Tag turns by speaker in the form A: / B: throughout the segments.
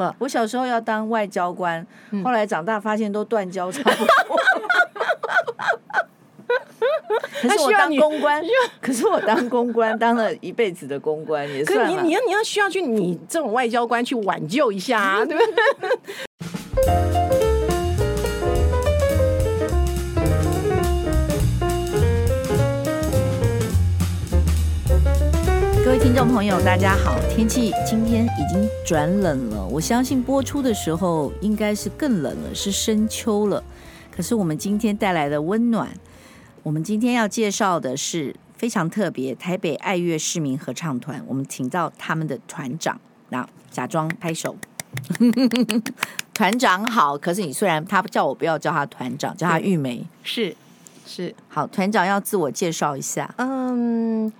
A: 了。我小时候要当外交官，
B: 嗯
A: 后来长大发现都断交差不 多。可是我
B: 需要
A: 当
B: 你
A: 公关
B: 需要，
A: 可是我当公关当了一辈子的公关也
B: 可是
A: 算
B: 你
A: 了
B: 你要你要需要去你这种外交官去挽救一下、 啊，对不对？
A: 各位听众朋友，大家好！天气今天已经转冷了，我相信播出的时候应该是更冷了，是深秋了。可是我们今天带来的温暖，我们今天要介绍的是非常特别，台北爱乐市民合唱团，我们请到他们的团长，那假装拍手。 团长好，可是你虽然他叫我不要叫他团长，叫他玉梅。
B: 是是，
A: 好，团长要自我介绍一下。
B: 嗯，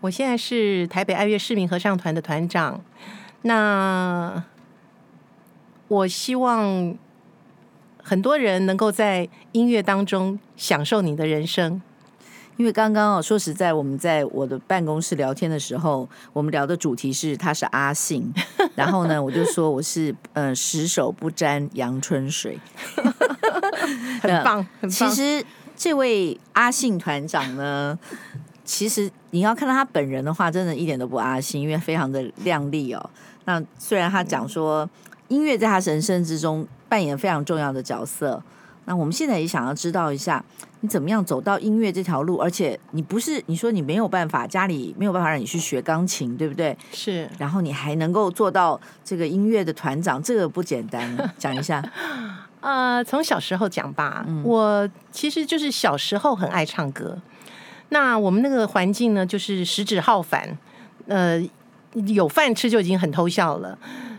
B: 我现在是台北爱乐市民合唱团的团长。那我希望很多人能够在音乐当中享受你的人生。
A: 因为刚刚哦，说实在，我们在我的办公室聊天的时候，我们聊的主题是他是阿信，然后呢，我就说我是呃十手不沾阳春水，
B: 很
A: 嗯
B: 棒，很棒。
A: 其实这位阿信团长呢，其实你要看到他本人的话，真的一点都不阿信，因为非常的靓丽哦。那虽然他讲说音乐在他人生之中扮演非常重要的角色，那我们现在也想要知道一下，你怎么样走到音乐这条路？而且你不是你说你没有办法，家里没有办法让你去学钢琴，对不对？
B: 是
A: 然后你还能够做到这个音乐的团长，这个不简单，讲一下。
B: 呃，从小时候讲吧，我其实就是小时候很爱唱歌。那我们那个环境呢，就是食指浩繁，呃，有饭吃就已经很偷笑了，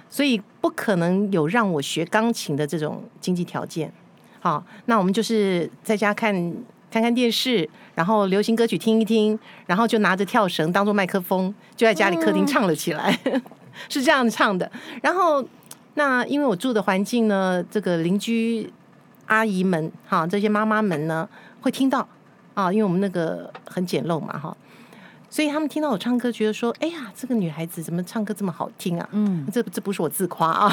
B: 所以不可能有让我学钢琴的这种经济条件。好，那我们就是在家看看看电视，然后流行歌曲听一听，然后就拿着跳绳当做麦克风，就在家里客厅唱了起来， 是这样唱的。然后那因为我住的环境呢，这个邻居阿姨们哈，这些妈妈们呢会听到啊，因为我们那个很简陋嘛哈，所以他们听到我唱歌，觉得说，哎呀，这个女孩子怎么唱歌这么好听啊？
A: 嗯，
B: 这这不是我自夸啊、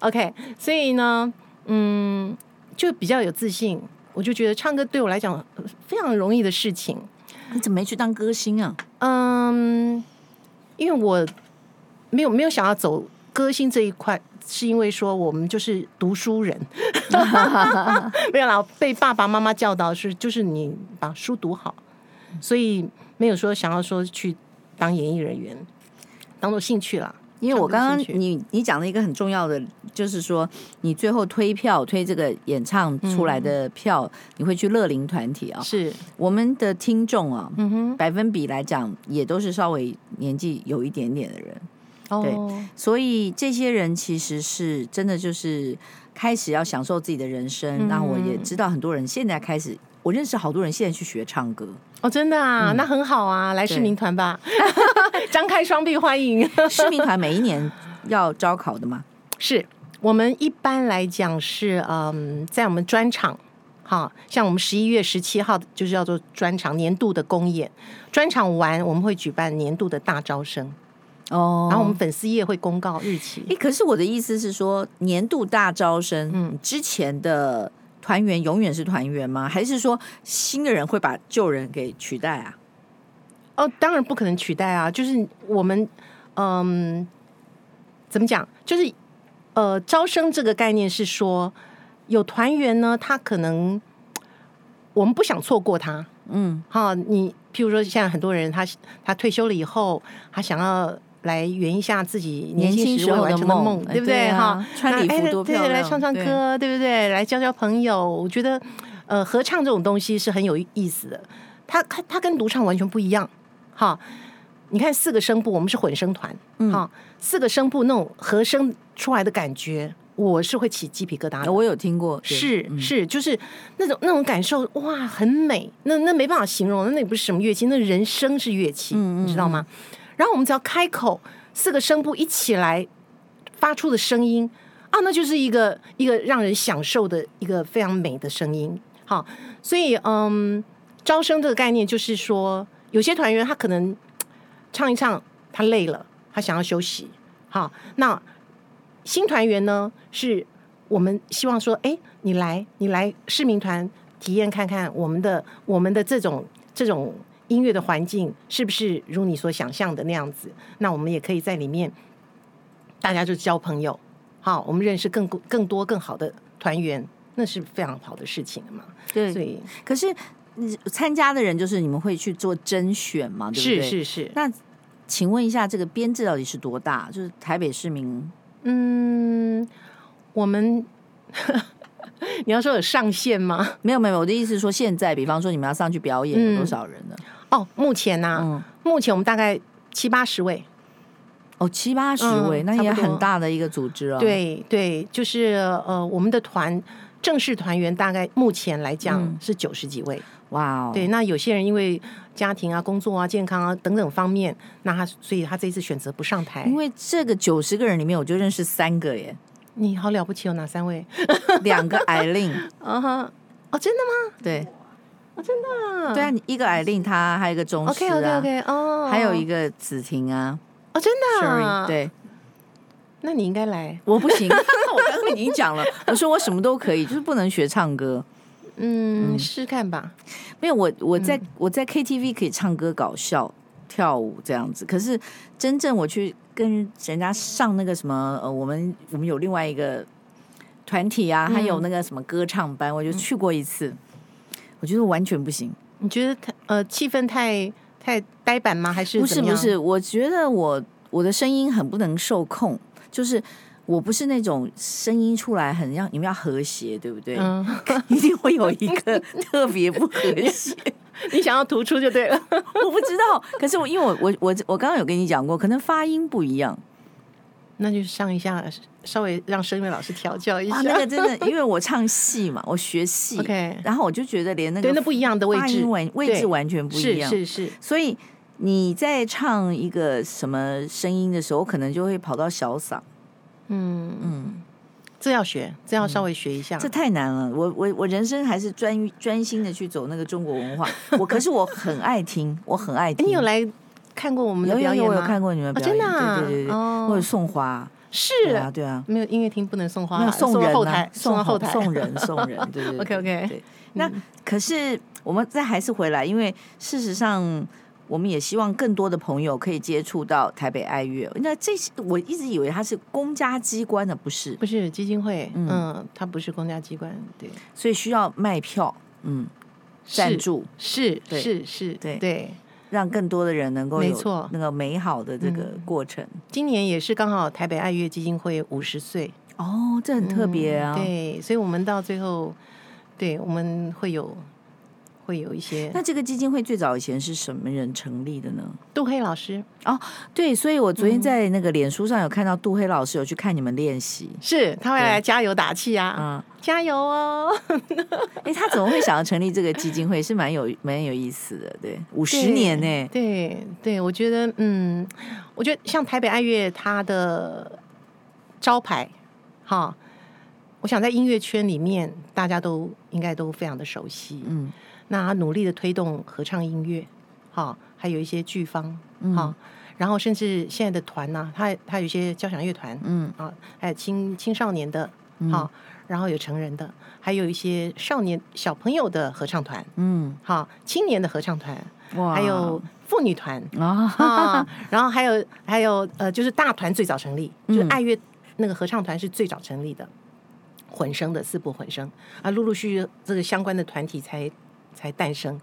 B: o k 所以呢，嗯，就比较有自信，我就觉得唱歌对我来讲呃非常容易的事情，
A: 你怎么没去当歌星啊？
B: 嗯，因为我没有没有想要走歌星这一块，是因为说我们就是读书人， 没有啦，被爸爸妈妈教导是就是你把书读好，所以没有说想要说去当演艺人员，当做兴趣啦。
A: 因为我刚
B: 唱歌兴趣
A: 刚你你讲了一个很重要的，就是说你最后推票推这个演唱出来的票，你会去乐龄团体啊、
B: 嗯是，
A: 我们的听众啊、
B: 嗯哼，
A: 百分比来讲也都是稍微年纪有一点点的人，
B: 哦，
A: 所以这些人其实是真的就是开始要享受自己的人生。
B: 嗯
A: 那我也知道很多人现在开始，我认识好多人现在去学唱歌，
B: 哦，真的啊，那很好啊，来市民团吧， 张开双臂欢迎。
A: 市民团每一年要招考的嘛，
B: 是我们一般来讲是嗯，在我们专场，哈，像我们十一月十七号就是叫做专场年度的公演，专场完我们会举办年度的大招生，
A: 哦
B: 然后我们粉丝页会公告日期。
A: 诶，可是我的意思是说，年度大招生，嗯，之前的团员永远是团员吗？还是说新的人会把旧人给取代啊？
B: 哦，当然不可能取代啊，就是我们，嗯，怎么讲？就是呃，招生这个概念是说，有团员呢，他可能我们不想错过他，
A: 嗯，
B: 哈，你譬如说，现在很多人他他退休了以后，他想要来圆一下自己年轻时候完成的梦，
A: 哎
B: 对不
A: 对
B: 对？
A: 啊
B: 哈，
A: 穿
B: 那
A: 礼服
B: 哎
A: 多
B: 对
A: 漂
B: 来
A: 亮
B: 唱唱
A: 对
B: 歌，对不对？来交交朋友，我觉得呃，合唱这种东西是很有意思的，它它它跟独唱完全不一样，哈。你看四个声部，我们是混声团，哈、四个声部那种和声出来的感觉，我是会起鸡皮疙瘩的。
A: 我有听过，对
B: 嗯是、
A: 嗯
B: 是，就是那种那种感受，哇，很美。那那没办法形容，那也不是什么乐器，那人声是乐器，
A: 嗯嗯
B: 你知道吗？然后我们只要开口，四个声部一起来发出的声音啊，那就是一个一个让人享受的一个非常美的声音。好，所以嗯，招生这个概念就是说，有些团员他可能唱一唱，他累了，他想要休息。好，那新团员呢，是我们希望说，哎，你来，你来市民团体验看看我们的我们的这种这种音乐的环境是不是如你所想象的那样子？那我们也可以在里面，大家就交朋友，好，我们认识更更多更好的团员，那是非常好的事情嘛。
A: 对
B: 所以
A: 可是嗯参加的人就是你们会去做甄选嘛，对不
B: 是
A: 对？
B: 是是，
A: 那请问一下，这个编制到底是多大？就是台北市民
B: 嗯，我们 你要说有上限吗？
A: 没有没有，我的意思是说，现在比方说你们要上去表演，
B: 嗯
A: 有多少人呢？
B: 哦，目前呢、
A: 嗯，
B: 目前我们大概七八十位，
A: 哦，七八十位，
B: 嗯
A: 那也
B: 差不多
A: 很大的一个组织哦。，
B: 对对，就是呃，我们的团正式团员大概目前来
A: 嗯
B: 讲是九十几位，
A: 哇哦，
B: 对，，那有些人因为家庭啊、工作啊、健康啊等等方面，那他所以他这一次选择不上台
A: 因。为这个九十个人里面，我就认识三个 耶，
B: 你好了不起，有哪三位？
A: 两个 Eileen，
B: 啊哈，哦，真的
A: 对，
B: 吗？
A: 对啊，你一个 Eileen，她还有一个钟师
B: 嗯，OK
A: 啊
B: OK OK，哦，
A: 还有一
B: 个
A: 个子婷啊
B: 哦，真的、
A: ，Sherry，
B: 啊，，
A: 对
B: 那你应该来，
A: 我不行， 我刚刚已经讲了，我说我什么都可以，就是不能学唱歌。
B: 嗯，试试看吧，
A: 没有，我我
B: 嗯
A: 在、我在 KTV 可以唱歌、搞笑、跳舞这样子，可是真正我去跟人家上那个什么，呃，我们我们有另外一个团体
B: 嗯
A: 啊，还有那个什么歌唱班，我就去过一次，我觉得完全不行。
B: 你觉得他呃气氛太太呆板吗？还是
A: 不
B: 怎
A: 是
B: 么
A: 不
B: 样
A: 是，我觉得我我的声音很不能受控，就是。我不是那种声音出来很让你们要和谐，对不对？
B: 嗯，
A: 一定会有一个特别不和谐。
B: 你想要突出就对了。
A: 我不知道，可是我因为我我我我刚刚有跟你讲过，可能发音不一样
B: 那就上一下，稍微让声乐老师调教一下。
A: 啊，那个真的，因为我唱戏嘛，我学戏
B: OK
A: 然后我就觉得连那
B: 对，那
A: 个
B: 不一样的位
A: 发
B: 置
A: 音，完位置
B: 对
A: 完全不一
B: 是
A: 样，
B: 是是，
A: 所以你在唱一个什么声音的时候，我可能就会跑到小嗓，
B: 嗯
A: 嗯
B: 嗯，这要学，这要稍微学一下。
A: 这太难了。我我我人生还是专于专心的去走那个中国文 化，我可是我很爱听，我很爱
B: 哎
A: 听。
B: 你有来看过我们的
A: 有有
B: 表
A: 有
B: 演
A: 我有
B: 吗？
A: 看过你们
B: 哦
A: 表演，
B: 真的啊
A: 对对对对，
B: 哦
A: 或者送花，
B: 是
A: 对啊对啊。
B: 没有音乐厅不能送花
A: 没有
B: 啦，
A: 送人、啊、
B: 到后台，送
A: 送
B: 到后台。
A: 送人送 人，对对对
B: OK，OK
A: 对那可是我们再还是回来，因为事实上。我们也希望更多的朋友可以接触到台北爱乐。那这些我一直以为它是公家机关的，不是，
B: 不是基金会，
A: 嗯
B: 嗯，它不是公家机关，对，
A: 所以需要卖票，嗯，赞助，
B: 是
A: 对
B: 是是，
A: 对
B: 对。
A: 让更多的人能够有
B: 没错
A: 那个美好的这个
B: 嗯
A: 过程。
B: 今年也是刚好台北爱乐基金会五十岁，
A: 哦，这很特别啊。
B: 嗯对，所以我们到最后，对我们会有会有一些
A: 那这个基金会最早以前是什么人成立的呢？
B: 杜黑老师
A: 对，所以我昨
B: 嗯
A: 天在那个脸书上有看到杜黑老师有去看你们练习。
B: 是他会来加油打气啊，
A: 啊，
B: 加油哦！
A: 哎，他怎么会想要成立这个基金会？是蛮有蛮有意思的，对，五十
B: 对
A: 年呢、
B: 对对，我觉得嗯，我觉得像台北爱乐它的招牌哈，我想在音乐圈里面大家都应该都非常的熟悉，
A: 嗯
B: 那他努力的推动合唱音乐，哈，还有一些剧方
A: 嗯
B: 哈。然后甚至现在的团呐、它它有一些交响乐团，
A: 嗯
B: 啊，还有青青少年的，
A: 嗯
B: 好、然后有成人的，还有一些少年小朋友的合唱团，
A: 嗯，
B: 好、青年的合唱团，
A: 哇，
B: 还有妇女团
A: 啊，
B: 啊， 然后还有还有呃，就是大团最早成立，就是
A: 嗯
B: 爱乐那个合唱团是最早成立的，混声的四部混声啊，陆陆续续这个相关的团体才。才诞生，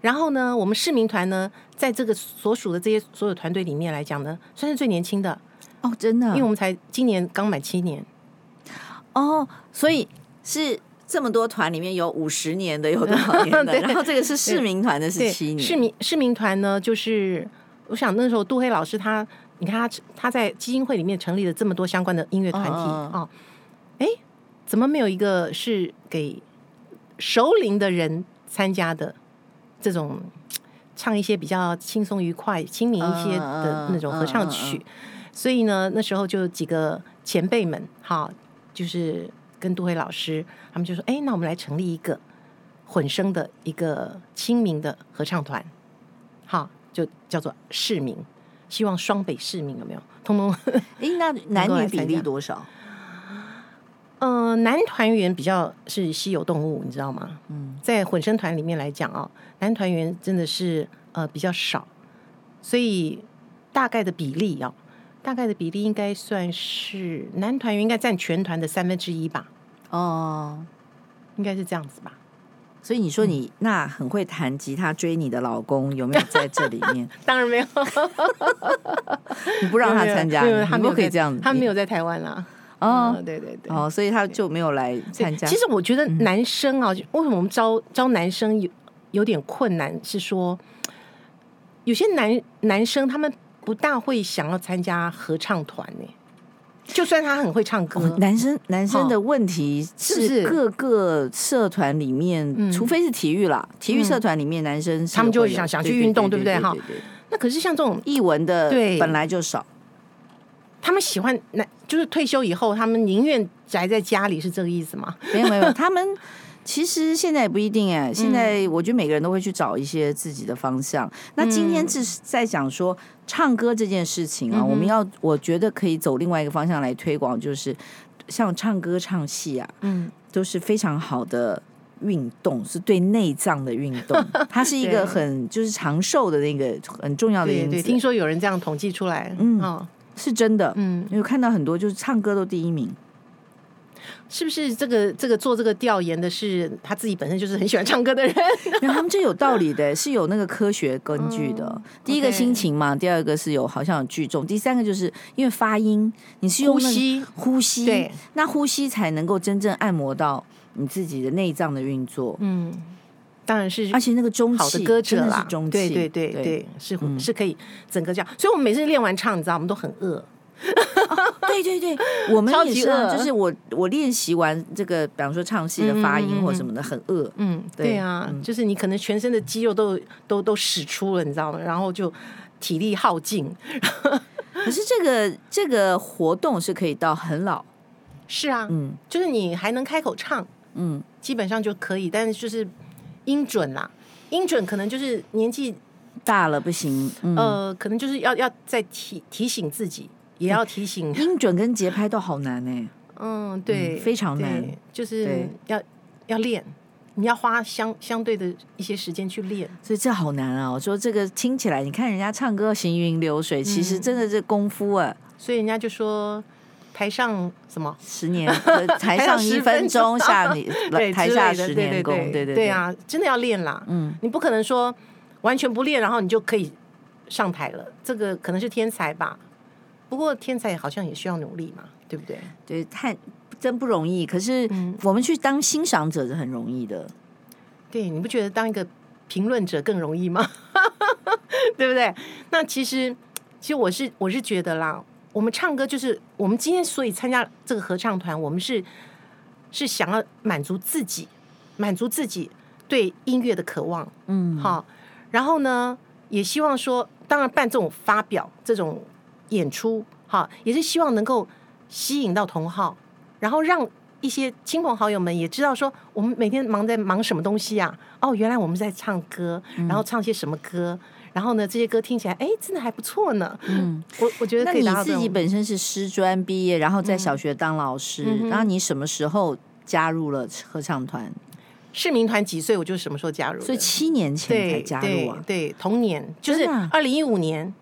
B: 然后呢，我们市民团呢，在这个所属的这些所有团队里面来讲呢，算是最年轻的，
A: 哦，真的，
B: 因为我们才今年刚满七年，
A: 哦，所以
B: 嗯
A: 是这么多团里面有五十年的，有多少年的？
B: 对
A: 然后这个是市民团的
B: 对，
A: 是七年，
B: 市民市民团呢，就是我想那时候杜黑老师他，你看他他在基金会里面成立了这么多相关的音乐团体
A: 嗯嗯
B: 啊，哎、怎么没有一个是给熟龄的人参加的这种？唱一些比较轻松愉快、亲民一些的那种合唱曲，
A: 嗯
B: 所以呢，那时候就几个前辈们哈，就是跟杜慧老师他们就说：“哎，那我们来成立一个混声的一个亲民的合唱团，哈，就叫做市民。希望双北市民有没有通通
A: 诶，那男女比例多少？
B: 呃，男团员比较是稀有动物，你知道吗？
A: 嗯，
B: 在混声团里面来讲哦，男团员真的是呃比较少，所以大概的比例哦，大概的比例应该算是男团员应该占全团的三分之一吧，
A: 哦，
B: 应该是这样子吧？
A: 所以你
B: 嗯
A: 说你、那很会弹吉他追你的老公有没有在这里面？
B: 当 然没有，
A: 你不让他参加，
B: 没有没有
A: 你
B: 他
A: 你
B: 没
A: 不
B: 有
A: 可以
B: 在
A: 这样子，
B: 他没有在台湾啦。
A: 哦
B: 嗯对对对。
A: 哦，所以他就没有来
B: 对
A: 参加。嗯
B: 其实我觉得男生啊，为什么我们招招男生有有点困难？是说有些男男生他们不大会想要参加合唱团呢、就算他很会唱歌，
A: 哦男生男生的问题
B: 是不是
A: 各个社团里面，
B: 嗯
A: 除非是体育啦，体育社团里面男生是
B: 他们就
A: 会
B: 会想
A: 有
B: 想
A: 对
B: 去
A: 对
B: 运动
A: 对
B: 对不对哈
A: 对对
B: 那可是像这种
A: 译文的
B: 对
A: 本来就少，
B: 他们喜欢男，就是退休以后，他们宁愿宅在家里，是这个意思吗？
A: 没有没有，他们其实现在也不一定
B: 嗯
A: 哎、现在我觉得每个人都会去找一些自己的方向。那今天只是在讲说唱歌这件事情啊，
B: 嗯
A: 我们要我觉得可以走另外一个方向来推广，就是像唱歌唱戏啊，
B: 嗯，
A: 都是非常好的。运动是对内脏的运 动，它是一个
B: 对
A: 很就是长寿的那个很重要的
B: 对
A: 因
B: 对，
A: 子，
B: 听说有人这样统计出来，
A: 嗯
B: 哦
A: 是真的。
B: 嗯，
A: 因为看到很多就是唱歌都第一名，
B: 是不是这个这个做这个调研的是他自己本身就是很喜欢唱歌 的人？
A: 然后他们这有道理的，是有那个科学根据的。
B: 嗯
A: 第一个
B: OK
A: 心情嘛，第二个是有好像有聚众，第三个就是因为发音，你是用、
B: 呼，吸，
A: 呼吸，
B: 对，
A: 那呼吸才能够真正按摩到你自己的内脏的运作，
B: 嗯，当然是
A: 而且那个中
B: 好
A: 气
B: 的歌
A: 真
B: 者
A: 的
B: 啦
A: 是，中气，
B: 对对对嗯对，是、是可以整个这样。所以我们每次练完唱，你知道，我们都很饿。
A: 对对对，我们
B: 超
A: 也
B: 级
A: 是啊，
B: 饿
A: 就是我我练习完这个，比方说唱戏的发
B: 嗯
A: 音
B: 嗯嗯
A: 或什么的，很饿。
B: 嗯，
A: 对
B: 对啊，就是你可能全身的肌肉都都都使出了，你知道吗？然后就体力耗尽。
A: 可是这个这个活动是可以到很老，
B: 是啊，
A: 嗯
B: 就是你还能开口唱，
A: 嗯，
B: 基本上就可以，但是就是音准啦。音准可能就是年纪，
A: 大了不行，嗯。
B: 呃，可能就是要要再提提醒自己，也要提醒
A: 音准跟节拍都好难哎、
B: 嗯，对，
A: 非常难
B: 对，就是
A: 对
B: 要要练，你要花相相对的一些时间去练。
A: 所以这好难啊！我说这个听起来，你看人家唱歌行云流水，其实真的
B: 嗯
A: 是功夫啊，
B: 所以人家就说，台上什么？
A: 十 年呃台上一分钟，下你
B: 对，
A: 台
B: 之
A: 下
B: 类的
A: 十
B: 对
A: 年
B: 对
A: 功，
B: 对
A: 对对
B: 对，啊，真的要练啦。
A: 嗯，
B: 你不可能说完全不练，然后你就可以上台了。这个可能是天才吧，不过天才好像也需要努力嘛，对不对？
A: 对，太真不容易。可是
B: 嗯
A: 我们去当欣赏者是很容易的，
B: 对，你不觉得当一个评论者更容易吗？ 对不对？那其实，其实我是我是觉得啦，我们唱歌就是我们今天所以参加这个合唱团，我们是是想要满足自己，满足自己对音乐的渴望，
A: 嗯，
B: 好、然后呢，也希望说，当然办这种发表、这种演出，哈、也是希望能够吸引到同好，然后让一些亲朋好友们也知道说，我们每天忙在忙什么东西啊？哦，原来我们在唱歌，
A: 嗯
B: 然后唱些什么歌，然后呢，这些歌听起来，哎，真的还不错呢。
A: 嗯，
B: 我我觉得
A: 那
B: 可以
A: 你
B: 达到这
A: 自己
B: 种
A: 本身是师专毕业，然后在小学当老师，
B: 嗯哼
A: 然后你什么时候加入了合唱团？
B: 市民团几岁，我就什么时候加入的，
A: 所以七年前才
B: 对
A: 加
B: 对
A: 入啊，
B: 对，同年就是
A: 真的啊
B: 二零一五年，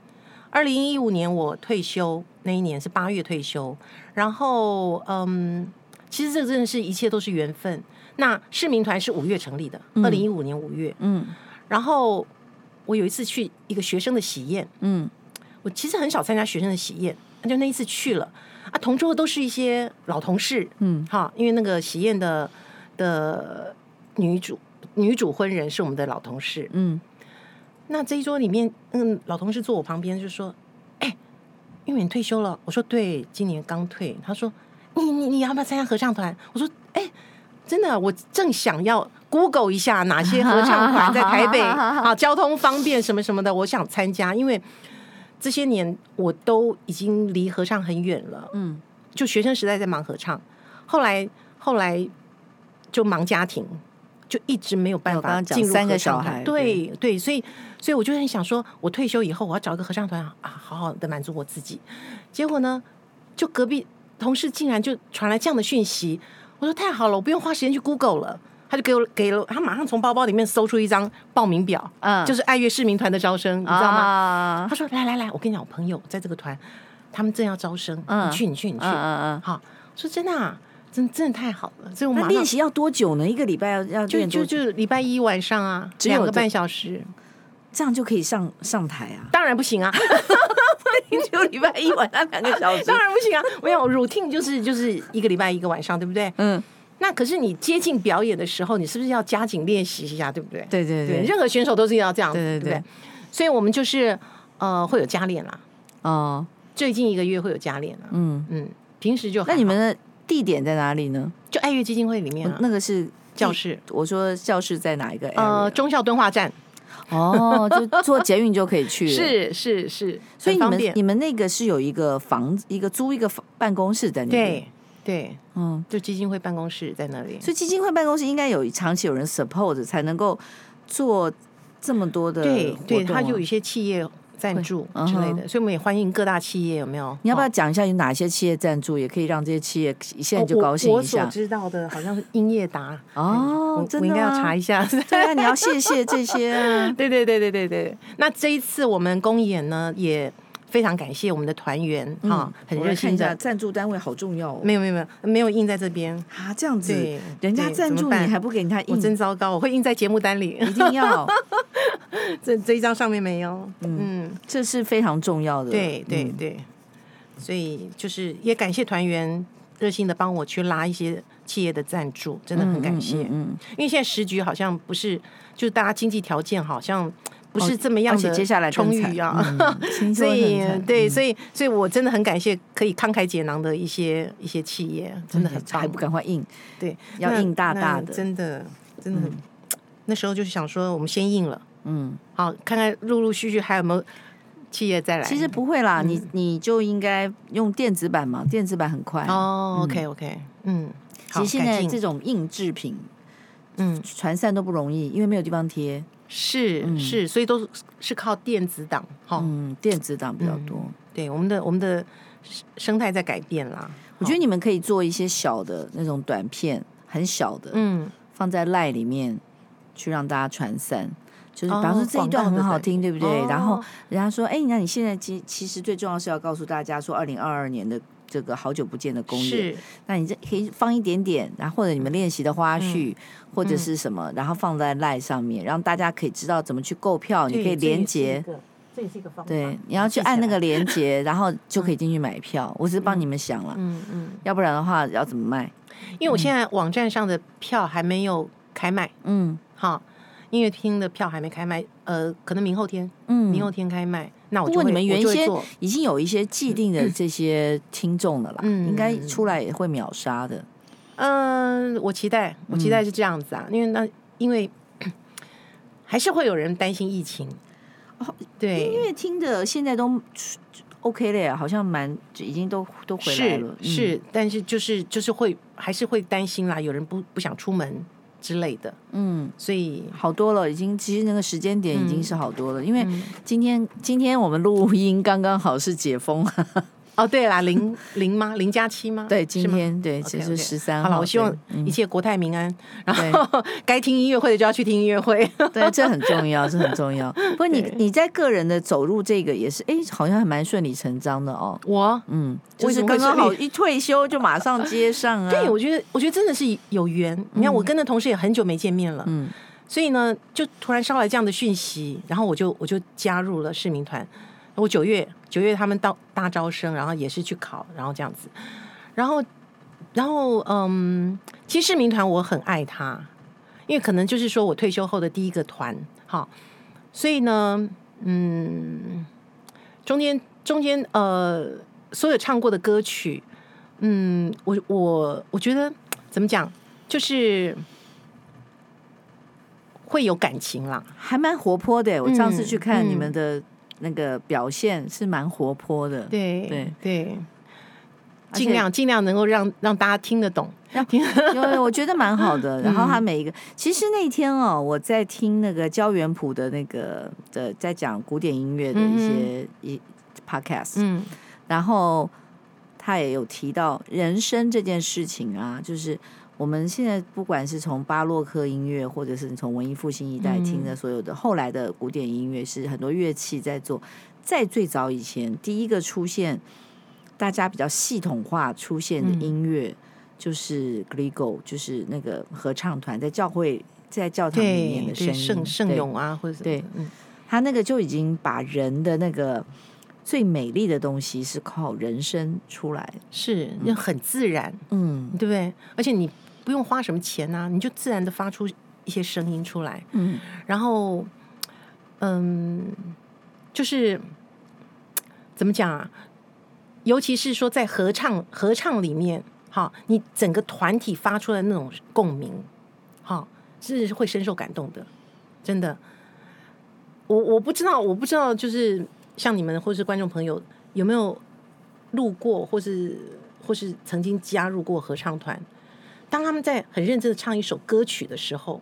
B: 二零一五年我退休那一年是八月退休，然后嗯，其实这真的是一切都是缘分。那市民团是五月成立的，
A: 嗯
B: 二零一五年五月，
A: 嗯
B: 然后我有一次去一个学生的喜宴，
A: 嗯，
B: 我其实很少参加学生的喜宴，就那一次去了啊，同桌都是一些老同事，
A: 嗯，
B: 哈，因为那个喜宴的的女主女主婚人是我们的老同事，
A: 嗯，
B: 那这一桌里面，嗯，老同事坐我旁边就说：“哎、因为你退休了。”我说：“对，今年刚退。”他说：“你你你要不要参加合唱团？”我说：“哎、真的，我正想要 Google 一下哪些合唱团在台北啊，交通方便什么什么的，我想参加，因为这些年我都已经离合唱很远了。
A: 嗯，
B: 就学生时代在忙合唱，后来后来就忙家庭。”就一直没有办
A: 我哦刚
B: 法
A: 刚讲
B: 进入
A: 三个
B: 合唱
A: 小
B: 团
A: 孩
B: 对对，所以所以我就很想说，我啊退休以后我要找一个合唱团啊，好好的满足我自己。结果呢，就隔壁同事竟然就传来这样的讯息，我说太好了，我不用花时间去 Google 了。他就给我给了，他马上从包包里面搜出一张报名表，
A: 嗯啊
B: 就是爱乐市民团的招生，你知道吗？
A: 吗
B: 他？说：“来来来，我跟你讲，我朋友在这个团，他们正要招生，
A: 嗯
B: 你去，你去，你去。
A: 嗯嗯嗯，
B: 好，说真的、啊，真真的太好了，所以我
A: 那
B: 马
A: 练
B: 上
A: 习要多久呢？一个礼拜要要
B: 就
A: 练
B: 就
A: 多久？
B: 就礼拜一晚上啊，
A: 只有
B: 两个
A: 这
B: 半小时，
A: 这样就可以上上台啊？
B: 当然不行啊，
A: 就礼拜 一晚上两个小
B: 当然不行啊，我有 routine 就是就是一个礼拜一个晚上，对不对？
A: 嗯，
B: 那可是你接近表演的时候，你是不是要加紧练习一下，对不对？
A: 对对
B: 对，
A: 对，
B: 任何选手都是要这样子，
A: 对对
B: 对不
A: 对
B: 对？所以我们就是呃会有加练啦，
A: 哦，
B: 最近一个月会有加练啦，
A: 嗯，
B: 嗯，平时就还
A: 那你
B: 好
A: 们的地点在哪里呢？
B: 就爱乐基金会里面啊，
A: 那个是
B: 教室，
A: 我说教室在哪一个 area？
B: 呃，中校敦化站
A: 哦，就坐捷运就可以去 了。，
B: 是是是，
A: 所以
B: 很
A: 你
B: 方
A: 们
B: 便
A: 你们那个是有一个房子，一个租一个房办公室在那边。，
B: 对对，
A: 嗯，
B: 就基金会办公室在那里，
A: 所以基金会办公室应该有长期有人 support 才能够做这么多的
B: 对
A: 活
B: 对，
A: 动
B: 它
A: 啊
B: 就有一些企业赞助
A: 嗯
B: 之类
A: 哼
B: 的，所以我们也欢迎各大企业有没有？
A: 你要不要
B: 哦？
A: 讲一下有哪些企业赞助，也可以让这些企业现在
B: 哦
A: 就高兴一
B: 我我所
A: 下
B: 知道的好像是英业达
A: 哦
B: 我
A: 真
B: 我应
A: 的
B: 该要
A: 吗
B: 查一下。。
A: 对啊，你要谢谢这些啊
B: 对对对对对对。那这一次我们公演呢，也非常感谢我们的团员啊，
A: 嗯
B: 很
A: 我来
B: 热
A: 看
B: 心
A: 一下
B: 的。
A: 赞助单位好重要哦。
B: 没有没有没有没有印在这边，
A: 啊，这样子
B: 对，
A: 人家
B: 对
A: 赞
B: 怎么
A: 助你
B: 办
A: 还不给他
B: 我
A: 印，嗯
B: 真糟糕，我会印在节目单里。
A: 一定要，
B: 这这一张上面没有。嗯，
A: 这是非常重要的。
B: 对对
A: 嗯
B: 对。所以就是也感谢团员热心的帮我去拉一些企业的赞助，真的很感谢。
A: 嗯嗯嗯嗯
B: 因为现在时局好像不是，就是大家经济条件好像不
A: 哦
B: 是这么
A: 而
B: 样的
A: 且接下来
B: 充
A: 更
B: 裕
A: 惨
B: 啊，
A: 嗯 听
B: 所
A: 说
B: 以
A: 很惨
B: 对，
A: 嗯
B: 所以所以我真的很感谢可以慷慨解囊的一些一些企业，真的很棒，
A: 嗯还不赶快印，
B: 对，
A: 要
B: 那
A: 印大大
B: 那
A: 的
B: 真的真的很，那时候就是想说我们先印了，
A: 嗯，
B: 好看看陆陆续续还有没有企业再来，
A: 其实不会啦，你你就应该用电子版嘛，电子版很快。
B: 哦，OK OK，嗯，
A: 其
B: 好，
A: 实现
B: 改
A: 在
B: 进
A: 这种印制品
B: 嗯
A: 传散都不容易，因为没有地方贴，
B: 是是，所以都是是靠电子档哈，
A: 嗯，电子档比较多。
B: 对，我们的我们的生生态在改变啦，
A: 我觉得你们可以做一些小的那种短片，很小的，
B: 嗯，
A: 放在赖里面去让大家传散。就是，比
B: 哦
A: 方说这一段
B: 广告的
A: 很好听，对不对？
B: 哦
A: 然后人家说，哎，那你现在其其实最重要是要告诉大家说，二零二二年的这个好久不见的公演，
B: 是
A: 那你这可以放一点点，然后或者你们练习的花
B: 嗯
A: 絮、或者是什么，然后放在 line 上面，让大家可以知道怎么去购票，你可以连接。，
B: 这也是一个方法，
A: 对，你要去按那个连接，然后就可以进去买票。我只是帮你们想了，
B: 嗯嗯，
A: 要不然的话要怎么卖？
B: 因为我现在网站上的票还没有开卖
A: 嗯
B: 哈，音乐厅的票还没开卖，呃，可能明后天，明后
A: 嗯。
B: 天开卖，那我
A: 不
B: 就
A: 过
B: 会
A: 你们
B: 我
A: 原
B: 就会
A: 先
B: 做
A: 已经有一些既定的这些听众了啦，
B: 嗯
A: 应该出来也会秒杀的。
B: 嗯、我期待，我期
A: 嗯
B: 待是这样子啊，因为那因为还是会有人担心疫情，
A: 哦音
B: 对，
A: 乐听的现在都 OK 了呀，好像蛮就已经都都回来
B: 是
A: 了。嗯
B: 是，但是就是就是会还是会担心啦，有人不不想出门之类的，
A: 嗯，
B: 所以
A: 好多了，已经其实那个时间点已经是好多了，因为
B: 嗯
A: 今天今天我们录音刚刚好是解封，啊
B: 哦对啦，零零吗？零加七 吗？
A: 对，今
B: 是吗
A: 天对，
B: OK，
A: 其实
B: OK
A: 十三
B: 好
A: 号，
B: 了，我希望
A: 对嗯
B: 一切国泰民安。
A: 对
B: 然后 该听音乐会的就要去听音乐会。
A: 对，这很重要，这很重要。不过你你在个人的走入这个也是，哎，好像还蛮顺理成章的哦，
B: 我
A: 嗯，就
B: 为
A: 是
B: 什么
A: 刚
B: 会
A: 刚好
B: 顺
A: 一退休就马上接上啊，
B: 对，我觉得，我觉得真的是有缘。你看，我跟那同事也很久没见面了，
A: 嗯
B: 所以呢，就突然捎来这样的讯息，然后我就我就加入了市民团。我九月九月他们到大招生，然后也是去考，然后这样子，然后然后嗯，其实市民团我很爱他，因为可能就是说我退休后的第一个团，好，所以呢，嗯，中间中间呃，所有唱过的歌曲，嗯，我我我觉得怎么讲，就是会有感情啦，
A: 还蛮活泼的。我上次去看
B: 嗯
A: 你们的那个表现是蛮活泼的，
B: 对
A: 对
B: 对，
A: 而且
B: 尽量尽量能够让让大家听得懂，
A: 有有，我觉得蛮好的。然后他每一个，其实那天哦，我在听那个焦元溥的那个的，在讲古典音乐的一些一 podcast，、
B: 嗯，
A: 然后。他也有提到人生这件事情啊，就是我们现在不管是从巴洛克音乐，或者是从文艺复兴一代
B: 嗯
A: 听的所有的、后来的古典音乐，是很多乐器在做。在最早以前，第一个出现大家比较系统化出现
B: 嗯
A: 的音乐，就是 Gligo，就是那个合唱团在教会在教堂里面
B: 对
A: 的声
B: 对，
A: 音，
B: 圣圣
A: 对
B: 咏啊，或者什么
A: 对
B: 嗯
A: 他那个就已经把人的那个最美丽的东西是靠人声出来。
B: 是要很自然，
A: 嗯
B: 对不对？而且你不用花什么钱啊，你就自然的发出一些声音出来，
A: 嗯，
B: 然后，嗯，就是怎么讲啊？尤其是说在合唱合唱里面，哈，你整个团体发出的那种共鸣，哈，是会深受感动的，真的。我我不知道，我不知道，就是像你们或是观众朋友有没有路过，或是或是曾经加入过合唱团，当他们在很认真的唱一首歌曲的时候，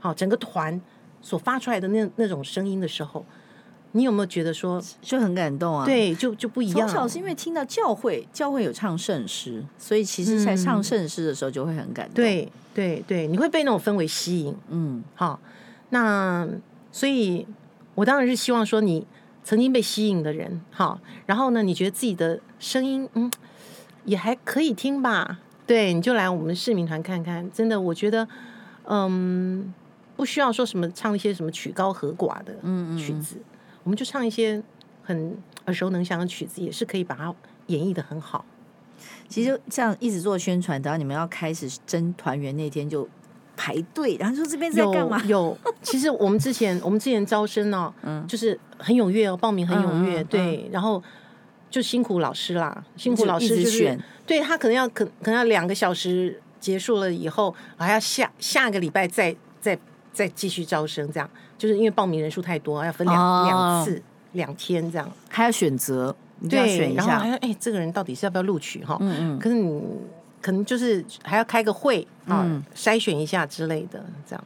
B: 好，整个团所发出来的那那种声音的时候，你有没有觉得说，
A: 就很感动啊。，
B: 对，就就不一
A: 从
B: 样？
A: 小是因为听到教会，教会有唱圣诗，所以其实在唱圣诗的时候就会很感动。，
B: 对对对，你会被那种氛围吸引。
A: 嗯
B: 好，那所以，我当然是希望说你曾经被吸引的人，好，然后呢，你觉得自己的声音，嗯，也还可以听吧？对，你就来我们市民团看看。真的，我觉得，嗯，不需要说什么唱一些什么曲高和寡的
A: 嗯嗯
B: 曲子，我们就唱一些很耳熟能详的曲子，也是可以把它演绎的很好。
A: 其实这样一直做宣传，等到你们要开始真团圆那天就排队，然后说这边是在干嘛？
B: 有，有其实我们之前我们之前招生哦，
A: 嗯
B: 就是很踊跃哦，报名很踊跃，
A: 嗯嗯嗯
B: 对，然后就辛苦老师啦，辛苦老师
A: 就一
B: 就
A: 直
B: 是
A: 选
B: 对他可能要可可能要两个小时结束了以后，还要下下个礼拜再再再继续招生，这样就是因为报名人数太多，要分两、
A: 哦
B: 两次两天这样，
A: 还要选择，你就要
B: 对，
A: 选一
B: 然后还
A: 下。
B: 要哎、这个人到底是要不要录取哈？
A: 嗯嗯，
B: 可是你可能就是还要开个会啊，
A: 嗯
B: 筛选一下之类的这样。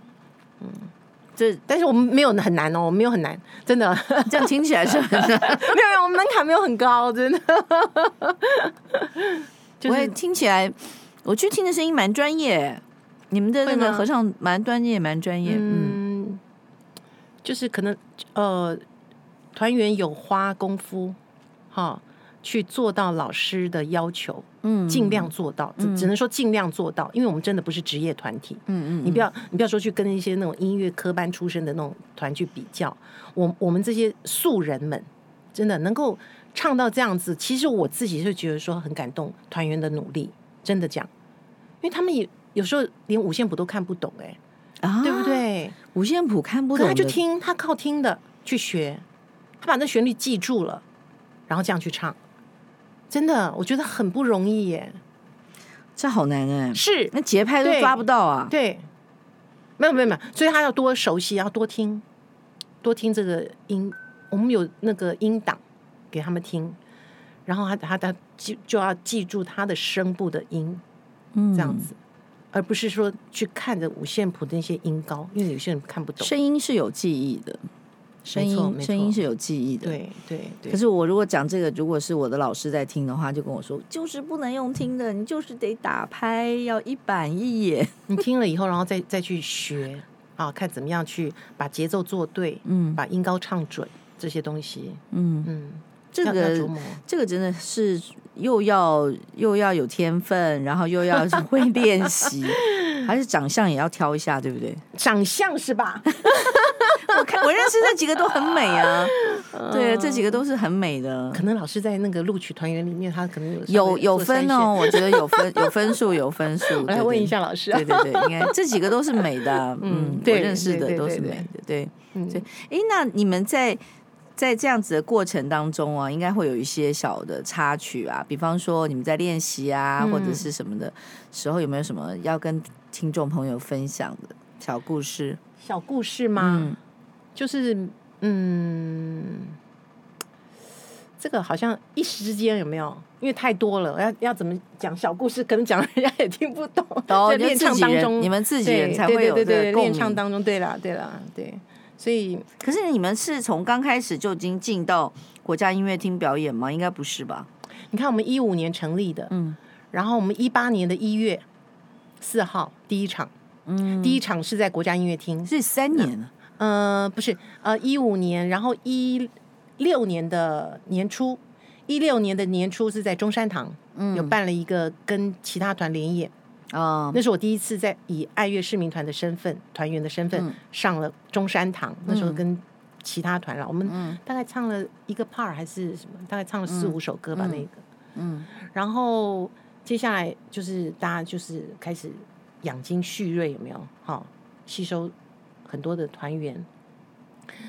A: 这
B: 但是我们没有很难哦，我们没有很难，真的 没
A: 这样听起来是很
B: 有没有，我们门槛没有很高，真的。 就
A: 我也
B: 是
A: 听起来，我去听的声音蛮专业，你们的那
B: 会
A: 个
B: 吗
A: 合唱蛮专业，蛮专业。嗯，
B: 嗯，就是可能呃，团员有花功夫哈、去做到老师的要求，
A: 嗯
B: 尽量做到，只只能说尽量做到，因为我们真的不是职业团体，
A: 嗯嗯，
B: 你不要，你不要说去跟一些那种音乐科班出身的那种团去比较，我我们这些素人们，真的能够唱到这样子，其实我自己就觉得说很感动团员的努力，真的讲，因为他们也有时候连五线谱都看不懂、哎、
A: 啊，
B: 对不？对？
A: 五线谱看不
B: 可
A: 懂，
B: 他就，听，他靠听的去学，他把那旋律记住了，然后这样去唱，真的，我觉得很不容易耶、
A: 这好难哎，
B: 是，
A: 那节拍都
B: 对
A: 抓不到啊。
B: 对，没有没有没有，所以他要多熟悉，要多听，多听这个音。我们有那个音档给他们听，然后他他他记就要记住他的声部的音
A: 嗯
B: 这样子，而不是说去看着五线谱的那些音高，因为有些人看不懂。
A: 声音是有记忆的，声
B: 没错
A: 音
B: 没错
A: 声音是有记忆的。。
B: 对对对，
A: 可是我如果讲这个，如果是我的老师在听的话，就跟我说，就是不能用听的，你就是得打拍，要一板一眼。
B: 你听了以后，然后再再去学啊，看怎么样去把节奏做对，
A: 嗯
B: 把音高唱准这些东西。
A: 嗯，
B: 嗯，
A: 这
B: 要要琢
A: 个
B: 磨
A: 这个真的是又要又要有天分，然后又要会练习，还是长相也要挑一下，对不对？
B: 长相是吧？
A: 我看我认识那几个都很美 啊，对，这几个都是很美的，
B: 可能老师在那个录取团员里面，他可能有稍
A: 有
B: 微
A: 有
B: 做筛
A: 分
B: 选
A: 哦，。我觉得有分有分数有分 数。
B: 我来
A: 对
B: 问一下，老师啊
A: 对，对对对，应该这几个都是美的 啊，
B: 嗯
A: 嗯，我
B: 对
A: 认识
B: 对
A: 的
B: 对
A: 都
B: 对
A: 是
B: 对
A: 美的，对。
B: 嗯
A: 对哎，那你们在在这样子的过程当中啊，应该会有一些小的插曲啊，比方说你们在练习啊，
B: 嗯
A: 或者是什么的时候，有没有什么要跟听众朋友分享的小故事？
B: 小故事吗？
A: 嗯
B: 就是嗯，这个好像一时之间有没有？因为太多了，要要怎么讲小故事？可能讲人家也听不懂。
A: 然后
B: 在
A: 哦你们
B: 练
A: 自
B: 唱
A: 己
B: 当
A: 人，
B: 中，
A: 你们自己
B: 对
A: 人才
B: 对
A: 会
B: 对
A: 有
B: 对
A: 这
B: 对
A: 个
B: 对
A: 共
B: 练
A: 鸣。
B: 唱当中，对啦对啦对，所以
A: 可是你们是从刚开始就已经进到国家音乐厅表演吗？应该不是吧？
B: 你看，我们一五年成立的，
A: 嗯
B: 然后我们一八年的一月四号第一场，
A: 嗯，
B: 第一场是在国家音乐厅，
A: 是三年了，
B: 呃，不是，呃，一五年，然后一六年的年初，一六年的年初是在中山堂、
A: 嗯
B: 有办了一个跟其他团联演，
A: 啊，
B: 那是我第一次在以爱乐市民团的身份、团员的身份、
A: 嗯
B: 上了中山堂，那时候
A: 嗯
B: 跟其他团了，我们
A: 嗯
B: 大概唱了一个 part 还是什么，大概唱了四
A: 嗯
B: 五首歌吧，
A: 嗯
B: 那个，
A: 嗯
B: 然后接下来就是大家就是开始养精蓄锐，有没有？好、吸收很多的团员，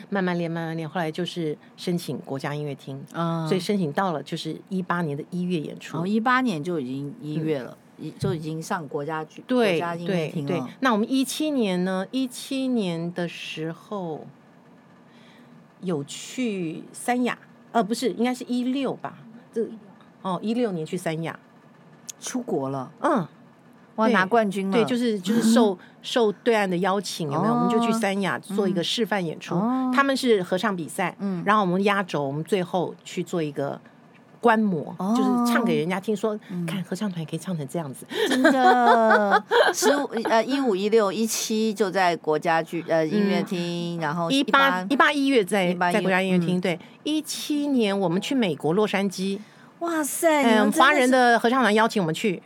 B: 慢慢练，慢慢练。后来就是申请国家音乐厅，
A: 啊，
B: 所以申请到了，就是一八年的一月演
A: 然后
B: 出。
A: 一八年就已经一月了，一就已经上国家剧国
B: 嗯对
A: 家音乐
B: 对
A: 厅
B: 对
A: 了，，
B: 那我们一七年呢？一七年的时候有去三亚，呃，不是，应该是一六吧？这哦，一六年去三亚，
A: 出国了，
B: 嗯，
A: 哇，
B: 对
A: 拿冠军了，
B: 对，就是就是受受对岸的邀请，有没有？
A: 哦嗯
B: 我们就去三亚做一个示范演出
A: 哦，
B: 他们是合唱比赛，
A: 嗯
B: 然后我们压轴，我们最后去做一个。观摩
A: 哦嗯
B: 就是唱给人家听说，看合唱团可以唱成这样子，
A: 真 的，十五呃一五一六一七就在国家剧呃音乐厅，然后
B: 嗯一八一八一月嗯在
A: 18
B: 在国家音乐厅，对，一七年我们去美国洛杉矶，
A: 哇塞，你
B: 嗯，
A: 们真的是
B: 华人的合唱团邀请我们去，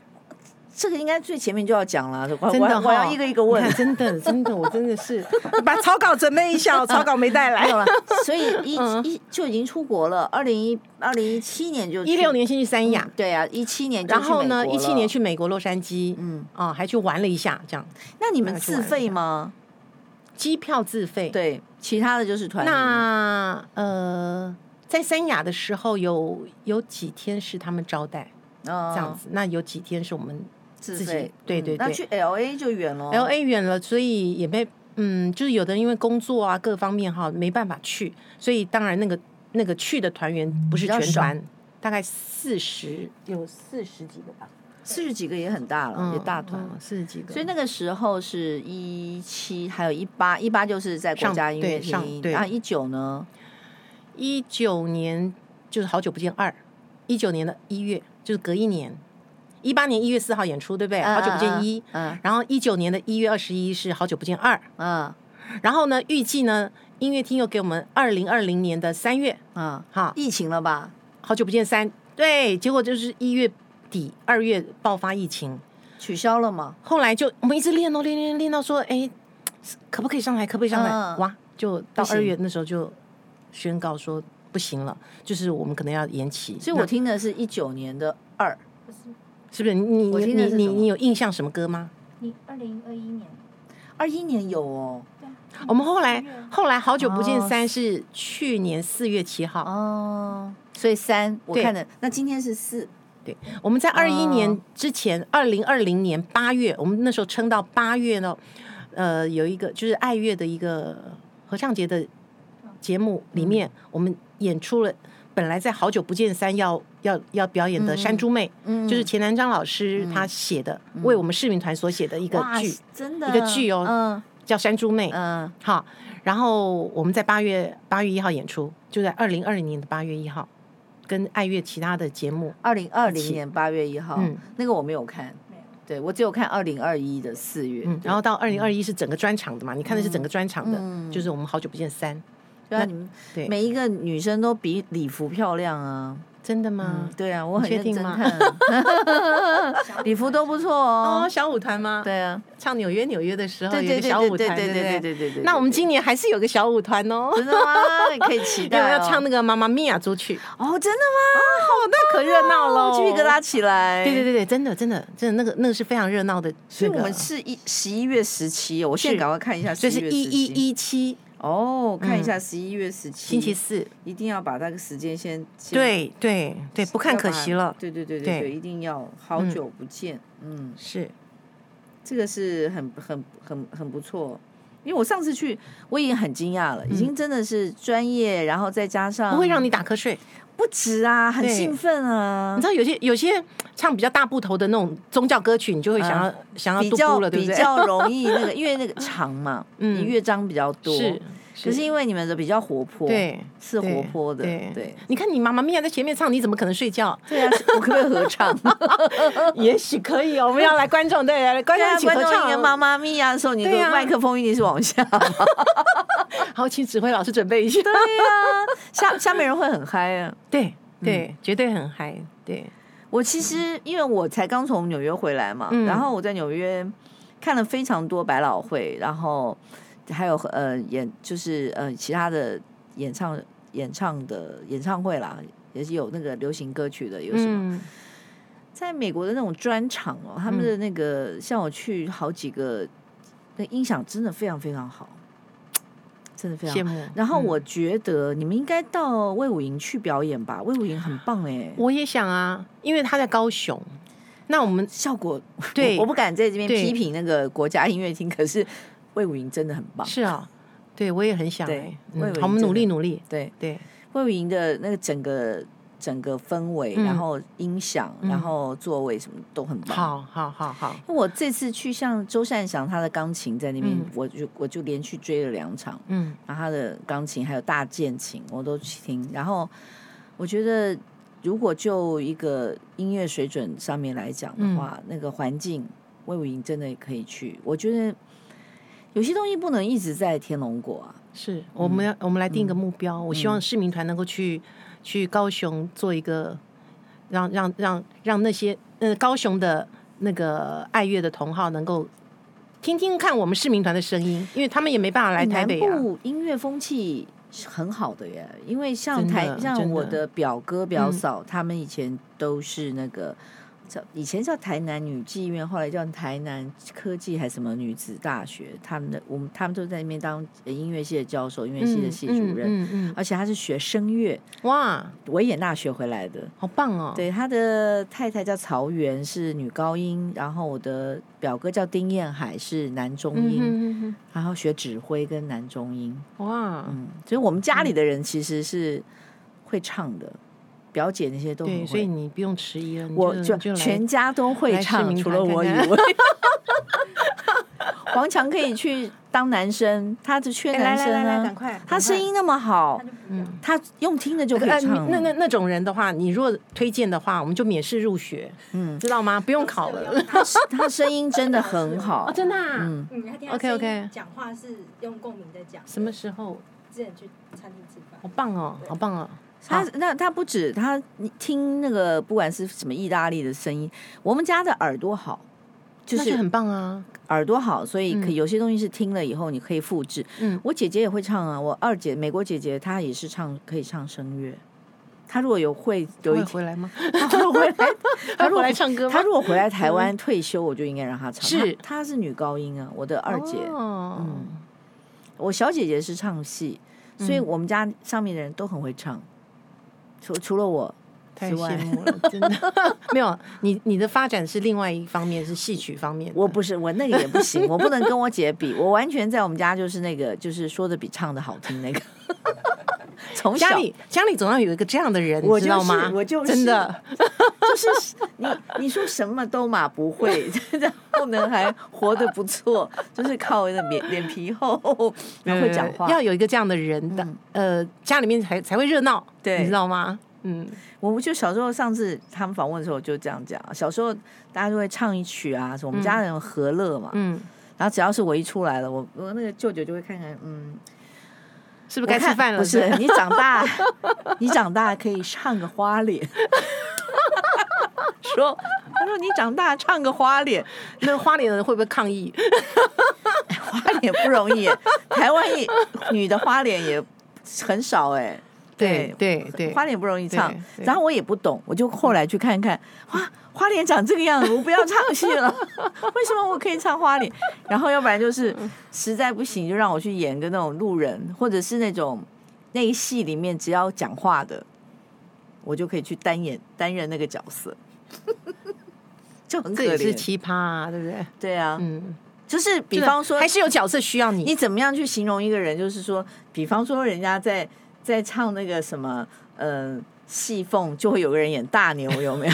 A: 这个应该最前面就要讲了，我
B: 真的
A: 我我要
B: 哈
A: 一个一个问
B: 你。看真的真的，我真的是 把草稿准备一下，哦我草稿没带
A: 没
B: 来
A: 有。了，所以 一
B: 嗯
A: 一就已经出国了。二零一二零一七年就去
B: 一六年先去三亚，
A: 对啊，一七年就
B: 然后呢，
A: 去美国
B: 一
A: 了
B: 七年，去美国洛杉矶，
A: 嗯，
B: 啊，还去玩了一下，这样
A: 那你们自费吗？
B: 机票自费。，
A: 对，其他的就是团体
B: 那呃，在三亚的时候有有几天是他们招待
A: 嗯
B: 这样子，那有几天是我们
A: 自
B: 自己
A: 费，
B: 对对
A: 嗯那
B: 对
A: 去 L A 就远了
B: L A 哎远了，所以也被嗯，就是有的人因为工作啊各方面哈没办法去，所以当然那个那个去的团员不是
A: 比较
B: 全
A: 少
B: 团，大概四十有四十几个吧，
A: 四十几个也很大了，
B: 嗯
A: 也大团了。
B: 嗯四十几个，
A: 所以那个时候是一七，还有一八，一八就是在国
B: 上
A: 家音乐
B: 对上
A: 厅，
B: 对
A: 然后一九呢，
B: 一九年就是好久不见二，一九年的一月就是隔一年，一八年一月四号演出对不对？好久不见一，
A: 嗯
B: 然后一九年的一月二十一是好久不见二，
A: 嗯
B: 然后呢预计呢音乐厅又给我们二零二零年的三月，
A: 嗯，
B: 哈，
A: 疫情了吧？
B: 好久不见三，对，结果就是一月底二月爆发疫情，
A: 取消了嘛？
B: 后来就我们一直练哦练练练到说，哎，可不可以上台？可不可以上台？
A: 嗯
B: 哇，就到
A: 不行
B: 二月那时候就宣告说不行了，就是我们可能要延期。
A: 所以
B: 那
A: 我听的是一九年的二，
B: 是不是你
A: 我
B: 你
A: 听的
B: 你
A: 是
B: 你
A: 什么
B: 你有印象什么歌吗？
C: 你二零二一年，
A: 二一年有哦，
C: 对啊，
B: 我们后来
C: 一月
B: 后来好久不见
A: 哦
B: 三是去年四月七号，
A: 哦，所以三我
B: 对
A: 看的，那今天是四，
B: 对，我们在二一
A: 哦
B: 年之前，二零二零年八月，我们那时候撑到八月呢，呃，有一个就是爱乐的一个合唱节的节目
A: 嗯
B: 里面，我们演出了本来在好久不见三要要要表演的《山猪妹》，
A: 嗯
B: 就是钱南章老师他写的，为我们市民团所写的一个
A: 哇
B: 剧，
A: 真的
B: 一个剧哦
A: 嗯
B: 叫《山猪妹》。
A: 嗯，
B: 好，然后我们在八月八月一号演出，就在二零二零年的八月一号，跟爱乐其他的节目，
A: 二零二零年八月一号
B: 嗯，
A: 那个我没有看，
C: 没有
A: 对我只有看二零二一的四月，
B: 嗯，然后到二零二一是整个专场的嘛，你看的是整个专场的，
A: 嗯
B: 就是我们好久不见三，
A: 对啊，你们
B: 对
A: 每一个女生都比礼服漂亮啊，
B: 真的吗
A: 嗯，？对啊，我很
B: 确
A: 认
B: 定
A: 真
B: 吗
A: 看啊，礼服都不错
B: 哦，
A: 哦，
B: 小舞团吗？，
A: 对啊，
B: 唱纽约纽约的时候
A: 对
B: 有
A: 对
B: 个
A: 对
B: 小
A: 对
B: 舞
A: 对
B: 团，
A: 对
B: 对
A: 对
B: 不
A: 对对对，
B: 那我们
A: 对
B: 今年还是有个小舞团哦，
A: 真的吗？你可以期
B: 要
A: 待
B: 要
A: 哦
B: 唱那个妈妈咪呀主曲，
A: 哦，真的吗？哦
B: 哦，那可热闹了，
A: 鸡皮疙瘩。起来，
B: 对对对对，真的真的真的，那个那个是非常热闹的，
A: 所以我
B: 那个
A: 们是一十一月十七，哦我现在
B: 是
A: 赶快看一下11
B: 所
A: 月
B: 以
A: 17，
B: 是一一一七
A: 哦，看一下十一月十七，
B: 星期四，
A: 一定要把那个时间先先
B: 对对对，不看可惜
A: 要
B: 了
A: 把，对对对对
B: 对
A: 对，一定要好
B: 嗯
A: 久不见，嗯，
B: 是
A: 这个是很很很很不错。因为我上次去，我已经很惊讶了，已经真的是专业，然后再加上
B: 嗯不会让你打瞌睡。
A: 不止啊，很
B: 对
A: 兴奋啊
B: 你知，道有些有些唱比较大部头的那种宗教歌曲，你就会想要、想要
A: 嗯比
B: 嘟咕
A: 较
B: 了，对
A: 比
B: 不对？
A: 较容易那个，因为那个长嘛，
B: 嗯
A: 你乐章比较多，
B: 是，
A: 可是因为你们的比较活泼，，
B: 对，
A: 是活泼的，
B: 对
A: 对。
B: 你看你妈妈咪呀在前面唱，你怎么可能 睡觉？
A: 对啊，我可不可以合 唱？
B: 也许可以哦，我们要来 观众对来来观众一起合
A: 嗯啊观众
B: 唱
A: 一个
B: 哦。
A: 妈妈咪呀的时候，你的
B: 对啊
A: 麦克风一定是往下。
B: 好，请指挥老师准备一下。
A: 对呀，下下面人会很嗨啊。
B: 对对，绝对很嗨。对，
A: 我其实因为我才刚从纽约回来嘛，
B: 嗯
A: 然后我在纽约看了非常多百老汇，然后还有呃演就是呃其他的演唱演唱的演唱会啦，也是有那个流行歌曲的，有什么、
B: 嗯
A: 在美国的那种专场哦，他们的那个、像我去好几个，那音响真的非常非常好，真的非常
B: 羡
A: 好。
B: 慕。
A: 然后
B: 嗯
A: 我觉得你们应该到魏武营去表演吧，魏武营很棒哎、
B: 我也想啊，因为他在高雄。那我们
A: 效果
B: 对
A: 我我不敢在这边
B: 对
A: 批评那个国家音乐厅，可是魏武营真的很棒。
B: 是啊，对我也很想
A: 对
B: 欸。
A: 我以
B: 嗯
A: 为
B: 好，我们
A: 真
B: 努力
A: 的
B: 努力。
A: 对，
B: 对，
A: 魏武营的那个整个整个氛围，
B: 嗯
A: 然后音响，
B: 嗯
A: 然后座位什么都很棒。
B: 好好好好，
A: 因为我这次去像周善祥他的钢琴在那边，
B: 嗯
A: 我就我就连续追了两场，
B: 嗯
A: 然后他的钢琴还有大键琴我都去听，然后我觉得如果就一个音乐水准上面来讲的话，那个环境魏武营真的可以去，我觉得有些东西不能一直在天龙国啊，
B: 是我们要我们来定一个
A: 嗯
B: 目标，我希望市民团能够去去高雄做一个，让让让让那些呃高雄的那个爱乐的同好能够听听看我们市民团的声音，因为他们也没办法来台北啊
A: 南。部音乐风气是很好的耶，因为像
B: 真的
A: 台像
B: 真的嗯
A: 我的表哥表嫂，他们以前都是那个叫以前叫台南女妓院，后来叫台南科技还是什么女子大学，他们的我们他们都在那边当呃音乐系的教授，音乐系的系主任，
B: 嗯嗯嗯
A: 而且他是学声乐，
B: 哇，
A: 维也纳学回来的。
B: 好棒哦！
A: 对，他的太太叫曹媛，是女高音，然后我的表哥叫丁彦海，是男中
B: 嗯
A: 音，
B: 哼哼
A: 然后学指挥跟男中音。
B: 哼，哇，
A: 嗯，所以我们家里的人其实是会唱的，表姐那些都很
B: 对，所以
A: 会。
B: 你不用迟疑了，你
A: 我
B: 就
A: 就
B: 你来
A: 全家都会
B: 来市
A: 唱，
B: 民
A: 除
B: 团
A: 了
B: 看
A: 我以
B: 看
A: 外。王强可以去当男生，他就缺
B: 哎
A: 男生啊。
B: 快
A: 他声音那么好，
B: 嗯。
A: 他用听的就可以
B: 呃你
A: 唱。
B: 那那那种人的话，你若推荐的话，我们就免试入学，
A: 嗯，
B: 知道吗？不用考了。
A: 他 他声音真的很好
B: 哦，。真的、啊？
A: 嗯，
C: 嗯，他听
B: OK，OK
C: 他声音讲话是用共鸣在讲。
B: 什么？时候？
C: 之前去餐厅吃饭
B: 好，棒哦，好棒哦！
A: 他
B: 好
A: 那他不止他，你听那个不管是什么意大利的声音，我们家的耳朵好，就
B: 那
A: 是
B: 就很棒啊。
A: 耳朵好，所以可
B: 嗯
A: 有些东西是听了以后你可以复制。
B: 嗯，
A: 我姐姐也会唱啊，我二姐美国姐姐她也是唱可以唱声乐，她如果有会有一
B: 会
A: 天
B: 回来吗？
A: 她会回来，她
B: 她
A: 如
B: 回
A: 果
B: 来唱歌吗？
A: 她如果回来台湾退休，我就应该让她唱。
B: 是
A: 她她是女高音啊，我的 二姐，
B: 哦
A: 嗯我小姐姐是唱戏，所以
B: 嗯
A: 我们家上面的人都很会唱，除除了我
B: 太
A: 之外
B: 羡慕了，真的没有啊你，你的发展是另外一方面，是戏曲方面的。
A: 我不是我那个也不 行，我不能跟我姐比，我完全在我们家就是那个就是说的比唱的好听那个。 从小
B: 家里家里总要有一个这样的人，
A: 我
B: 你知道
A: 就是
B: 吗？
A: 我就是
B: 真的，
A: 就是你你说什么都马不会， 然后呢还活得不错，就是靠那脸脸皮厚，然后会讲话。
B: 嗯
A: 嗯
B: 要有一个这样的人的，呃，家里面才才会热闹，
A: 对
B: 你知道吗？嗯，
A: 我们就小时候上次他们访问的时候就这样讲，小时候大家就会唱一曲啊，什么我们家人和乐嘛，
B: 嗯，
A: 然后只要是我一出来了，我我那个舅舅就会看看，嗯，
B: 是不
A: 我
B: 是该
A: 看
B: 吃饭了？
A: 不是，你长大， 你长大可以唱个花脸。 说，他说你长大唱个花脸，
B: 那花莲人会不会抗议？
A: 花脸不容易 耶，台湾也女的花脸也很少哎。
B: 对对，
A: 花脸不容易唱
B: 对，对
A: 然后我也不懂，我就后来去看看，哇，花脸长这个样子，我不要唱戏了。 为什么我可以唱花脸？然后要不然就是实在不行，就让我去演个那种路人，或者是那种那一戏里面只要讲话的，我就可以去担演担任那个角色， 就很可
B: 这也是
A: 怜。
B: 奇葩、啊，对不对？
A: 对啊，
B: 嗯，
A: 就是比方说
B: 还是有角色需要你。
A: 你怎么样去形容一个人？就是说，比方说人家在在唱那个什么，呃，戏凤，就会有个人演大牛，有没有？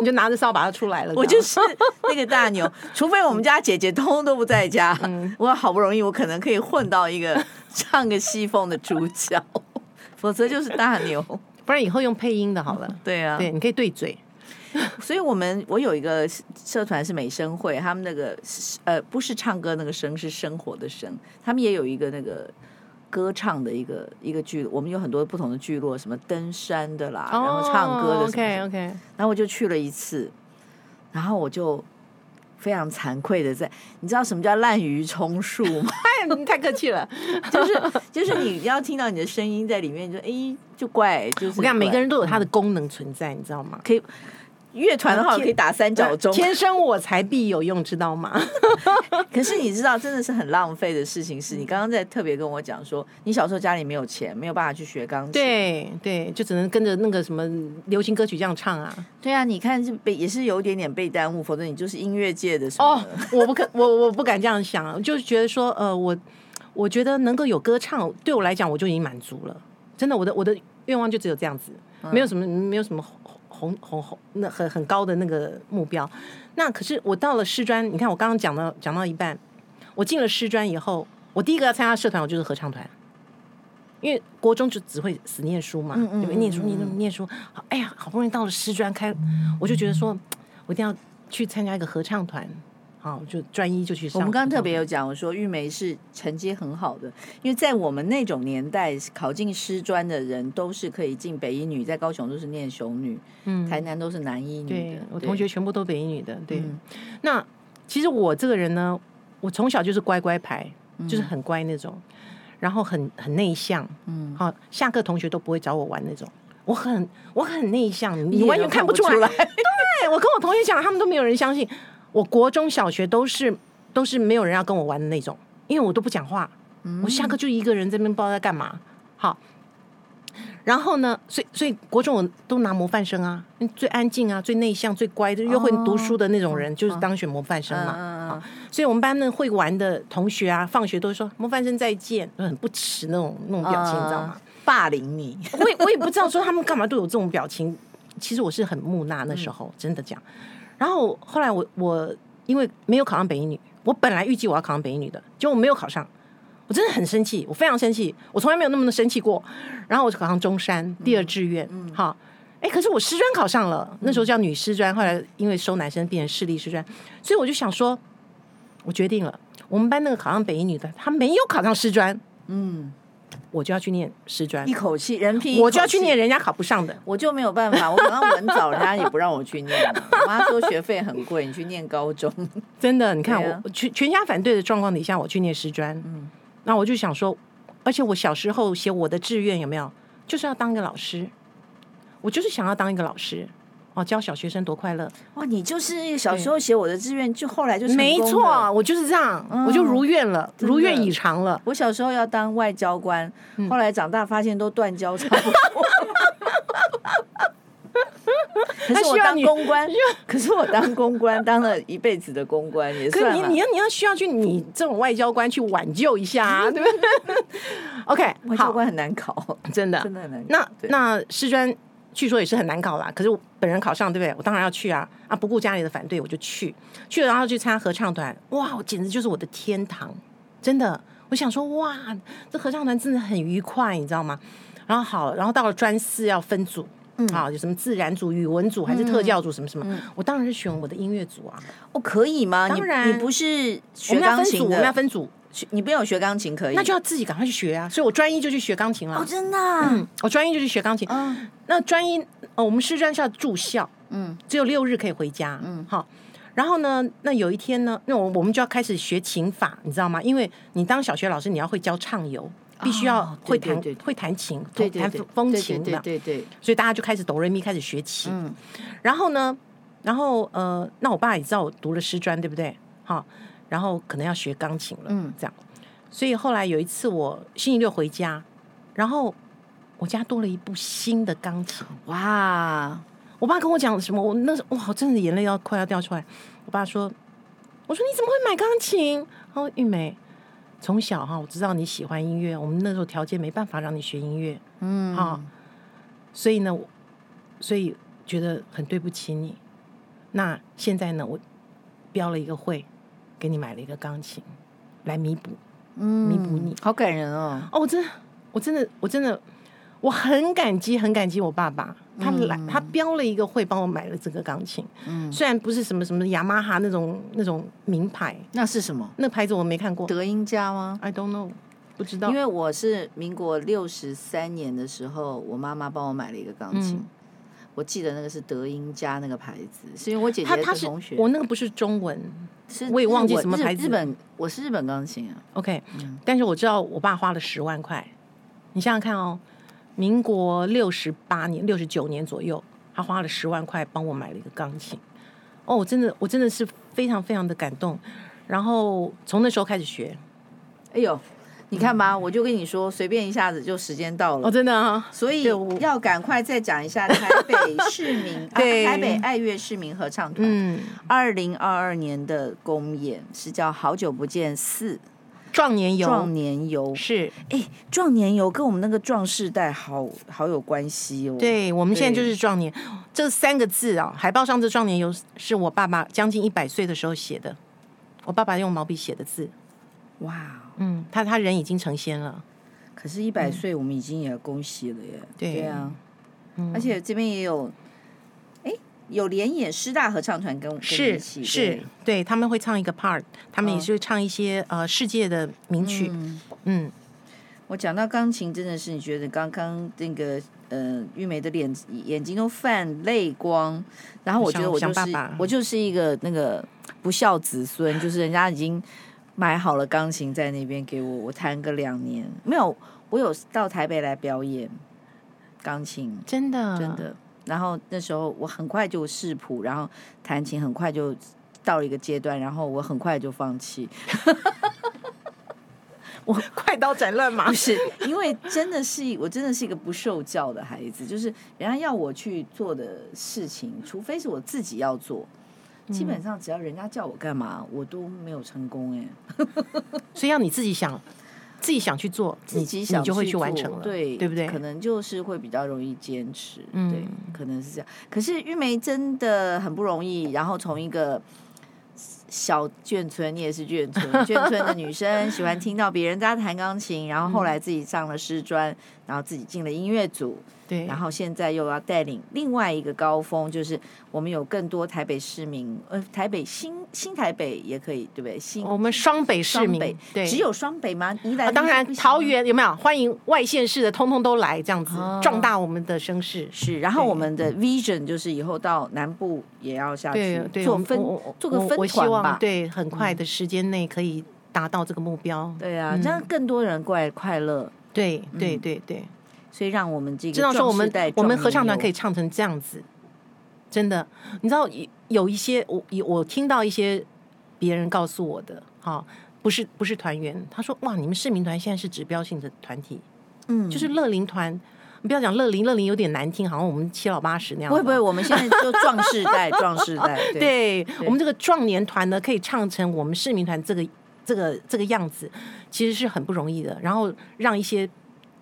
B: 你就拿着扫把就出来了。
A: 我
B: 这
A: 就
B: 样
A: 是那个大牛，除非我们家姐姐通通都不在家，我好不容易我可能可以混到一个唱个西凤的主角， 否则就是大牛。
B: 不然以后用配音的好了。
A: 对啊，
B: 对，你可以对嘴。
A: 所以我们我有一个社团是美声会，他们那个呃不是唱歌那个声是生活的声，他们也有一个那个歌唱的一个一个聚，我们有很多不同的聚落，什么登山的啦，然后唱歌的什么什
B: 哦 OK
A: 么
B: OK，
A: 然后我就去了一次，然后我就非常惭愧的在，你知道什么叫滥竽充数吗？
B: 哎，你太客气了。
A: 就是就是你要听到你的声音在里面，你就哎就怪，就是
B: 我跟你讲，每个
A: 怪
B: 人都有他的功能存在，你知道吗？
A: 可以乐团的话
B: 天
A: 可以打三角钟，
B: 天生我材必有用，知道吗？
A: 可是你知道真的是很浪费的事情是，你刚刚在特别跟我讲说，你小时候家里没有钱，没有办法去学钢琴，
B: 对对，就只能跟着那个什么流行歌曲这样唱啊。
A: 对啊，你看是被也是有一点点被耽误，否则你就是音乐界的什么
B: 哦
A: 的。，
B: 我不可，我我不敢这样想，我就是觉得说，呃，我我觉得能够有歌唱，对我来讲我就已经满足了。真的，我的我的愿望就只有这样子，
A: 嗯
B: 没有什么没有什么红红红那很很高的那个目标。那可是我到了师专，你看我刚刚讲到讲到一半，我进了师专以后，我第一个要参加社团，我就是合唱团。因为国中就只会死念书嘛，
A: 嗯嗯
B: 对不对？念书
A: 嗯嗯
B: 念书念书，好哎呀，好不容易到了师专开，我就觉得说，我一定要去参加一个合唱团，好，就专一就去上。
A: 我们刚刚特别有讲，我说玉梅是成绩很好的，因为在我们那种年代，考进师专的人都是可以进北一女，在高雄都是念雄女，
B: 嗯
A: 台南都是南一女的。
B: 对我同学全部都北一女的，对。
A: 嗯
B: 那其实我这个人呢，我从小就是乖乖牌，就是很乖那种，然后很很内向，
A: 嗯，
B: 好，下课同学都不会找我玩那种。我很我很内向，
A: 你
B: 你
A: 也
B: 完
A: 都
B: 全
A: 看
B: 看
A: 不
B: 不出
A: 出来
B: 来。 对我跟我同学讲，他们都没有人相信。我国中小学都是都是没有人要跟我玩的那种，因为我都不讲话，我下课就一个人在那边不知道在干嘛。好，然后呢，所以所以国中我都拿模范生啊，最安静啊，最内向、最乖，就是又会读书的那种人，就是当选模范生嘛。
A: 嗯嗯嗯
B: 好所以我们班那会玩的同学啊，放学都会说模范生再见，很不耻那种那种表情，你知道吗？
A: 霸凌你，
B: 我也我也不知道说他们干嘛对我这种表情。其实我是很木讷那时候，真的讲。然后后来我我因为没有考上北一女，我本来预计我要考上北一女的，结果我没有考上，我真的很生气，我非常生气，我从来没有那么的生气过。然后我就考上中山第二志愿，好、哎，可是我师专考上了，那时候叫女师专，后来因为收男生变成势力师专，所以我就想说，我决定了，我们班那个考上北一女的，她没有考上师专，
A: 嗯，
B: 我就要去念师专
A: 一，口气人品，
B: 我就要去念，人家考不上的。
A: 我就没有办法，我刚刚文藻人家也不让我去念了， 我妈说学费很贵，你去念高中，
B: 真的，你看、
A: 对啊
B: 我全全家反对的状况底下，我去念师专，
A: 嗯
B: 那我就想说，而且我小时候写我的志愿有没有，就是要当一个老师，我就是想要当一个老师，哦，教小学生多快乐，
A: 哇，哦你就是小时候写我的志愿，就后来就成功
B: 没
A: 了
B: 错，我就是这样，我就如愿了，
A: 的
B: 如愿以偿了。
A: 我小时候要当外交官，
B: 嗯
A: 后来长大发现都断交 差不多。可是我
B: 需要
A: 当
B: 你
A: 公关，可是我当公关当了一辈子的公关也
B: 可是
A: 算
B: 你
A: 了
B: 你。要你要需要去你这种外交官去挽救一下、 啊，对不对？OK，
A: 外交
B: 好，
A: 官很难考，
B: 真 的
A: 真的很难考。
B: 那
A: 对
B: 那师专据说也是很难考啦，可是我本人考上，对不对？我当然要去啊啊！不顾家里的反对，我就去去了，然后去参加合唱团，哇，我简直就是我的天堂，真的。我想说，哇，这合唱团真的很愉快，你知道吗？然后好，然后到了专四要分组。嗯，好，有什么自然组、语文
A: 嗯
B: 组还是特教组什么什么？我当然是选我的音乐组啊。
A: 哦，可以吗？你
B: 当然
A: 你不是
B: 我
A: 学
B: 们要
A: 钢
B: 分组，
A: 琴
B: 我们要
A: 的，
B: 分组，
A: 学你没有学钢琴可以？
B: 那就要自己赶快去学啊。所以我专一就去学钢琴了。
A: 哦，真的啊，
B: 我专一就去学钢琴。
A: 嗯
B: 那专一，呃，我们师专是要住校，
A: 嗯
B: 嗯，只有六日可以回家，嗯，好。然后呢，那有一天呢，那我我们就要开始学琴法，你知道吗？因为你当小学老师，你要会教唱游，必须要
A: 哦对
B: 会
A: 对
B: 弹、
A: 对对
B: 会弹琴，
A: 对对
B: 弹
A: 对，
B: 风
A: 对
B: 琴
A: 对
B: 的，
A: 对对对，
B: 所以大家就开始哆瑞咪开始学琴。
A: 嗯
B: 然后呢，然后呃，那我爸也知道我读了师专，对不对？好，然后可能要学钢琴了，
A: 嗯
B: 嗯，这样。所以后来有一次我星期六回家，然后我家多了一部新的钢琴。
A: 哇，
B: 我爸跟我讲什么，我那时候哇，我真的眼泪要快要掉出来。我爸说：“我说你怎么会买钢琴？”哦，玉梅，从小哈，我知道你喜欢音乐，我们那时候条件没办法让你学音乐，
A: 嗯
B: 啊、所以呢，我所以觉得很对不起你。那现在呢，我标了一个会，给你买了一个钢琴来弥补。
A: 嗯，
B: 弥补你
A: 好感人哦。
B: 哦，我真的，我真的，我真的，我很感激，很感激我爸爸，他来，他标了一个会帮我买了这个钢琴。
A: 嗯，
B: 虽然不是什么什么雅马哈那种那种名牌，
A: 那是什么？
B: 那牌子我没看过
A: 德音家吗？
B: ，I don't know，不知道。
A: 因为我是民国六十三年的时候，我妈妈帮我买了一个钢琴，
B: 嗯
A: 我记得那个是德音家那个牌子，是因为我姐姐
B: 他他
A: 的
B: 是
A: 同学，
B: 我那个不是中文
A: 是
B: 我也忘记
A: 日文
B: 什么
A: 日
B: 牌子
A: 日本我是日本钢琴啊，
B: ，OK，
A: 嗯
B: 但是我知道我爸花了十万块，你想想看哦，民国六十八年、六十九年左右，他花了十万块帮我买了一个钢琴。哦，我真的，我真的是非常非常的感动。然后从那时候开始学，
A: 哎呦，你看吧，我就跟你说，随便一下子就时间到了。
B: 嗯哦，真的啊，
A: 所以
B: 对我
A: 要赶快再讲一下台 北市民，啊、
B: 对
A: 台北爱乐市民合唱团
B: 嗯，
A: 二零二二年的公演是叫《好久不见四
B: 壮年游
A: 壮年游》。
B: 是
A: 哎，壮年游跟我们那个壮世代好好有关系哦。，
B: 对，我们现在就
A: 对
B: 是壮年这三个字啊，海报上这壮年游是我爸爸将近一百岁的时候写的，我爸爸用毛笔写的字，
A: 哇，
B: 嗯，他他人已经成仙了，
A: 可是，一百岁我们已经也恭喜了耶。
B: 对
A: 啊，
B: 嗯
A: 而且这边也有，哎，有联演师大合唱团跟跟我们一
B: 是
A: 起
B: 是，对，他们会唱一个 part，他们也
A: 嗯
B: 是会唱一些、呃世界的名曲
A: 对，嗯
B: 嗯，
A: 我讲到钢琴，真的是你觉得刚刚那个呃玉梅的脸眼睛都泛泪光，然后我觉得我
B: 我
A: 就
B: 想
A: 是
B: 我想爸爸
A: 我就是一个那个不孝子孙，就是人家已经买好了钢琴在那边给我，我弹个两年，没有，我有到台北来表演钢琴，
B: 真的
A: 真的。然后那时候我很快就视谱，然后弹琴很快就到了一个阶段，然后我很快就放弃，
B: 快刀斩乱麻
A: 不，是，因为真的是我真的是一个不受教的孩子，就是人家要我去做的事情，除非是我自己要做，基本上只要人家叫我干嘛，我都没有成功哎、
B: 所以要你自己想，自己想去做，
A: 自己想
B: 你就会去
A: 做
B: 完成了，
A: 对
B: 对不对？
A: 可能就是会比较容易坚持，
B: 嗯
A: 对，可能是这样。可是玉梅真的很不容易，然后从一个。小眷村，你也是眷村，眷村的女生喜欢听到别人家弹钢琴，然后后
B: 嗯
A: 来自己上了师专，然后自己进了音乐组，
B: 对，
A: 然后现在又要带领另外一个高峰，就是我们有更多台北市民，呃，台北新新台北也可以，对不对？新
B: 我们双北市
A: 双
B: 民
A: 北，
B: 对，
A: 只有双北吗？宜
B: 啊，
A: 兰、
B: 当然，桃园有没有欢迎外县市的，通通都来，这样子、
A: 哦
B: 壮大我们的声势。
A: 是。然后
B: 对
A: 我们的 vision 就是以后到南部也要下去
B: 对对，
A: 做
B: 我们
A: 分
B: 我我
A: 做个
B: 我
A: 分
B: 我希
A: 团吧
B: 望对，很快的时间内可以达到这个目标。
A: 对啊，这样更多人过来快乐，
B: 对对对对，
A: 所以让我们这个
B: 知道说我
A: 壮
B: 们
A: 世代
B: 我们
A: 壮
B: 合唱团
A: 年
B: 可以唱成这样子，真的，你知道有有一些我有我听到一些别人告诉我的，哈、不是不是团员，他说哇，你们市民团现在是指标性的团体，
A: 有嗯，
B: 就是乐龄团。你不要讲乐龄，乐龄有点难听，好像我们七老八十那样。啊
A: 不会不会，我们现在就壮世代，壮世代，对
B: 对我们这个壮年团呢，可以唱成我们市民团这个这个这个样子，其实是很不容易的。然后让一些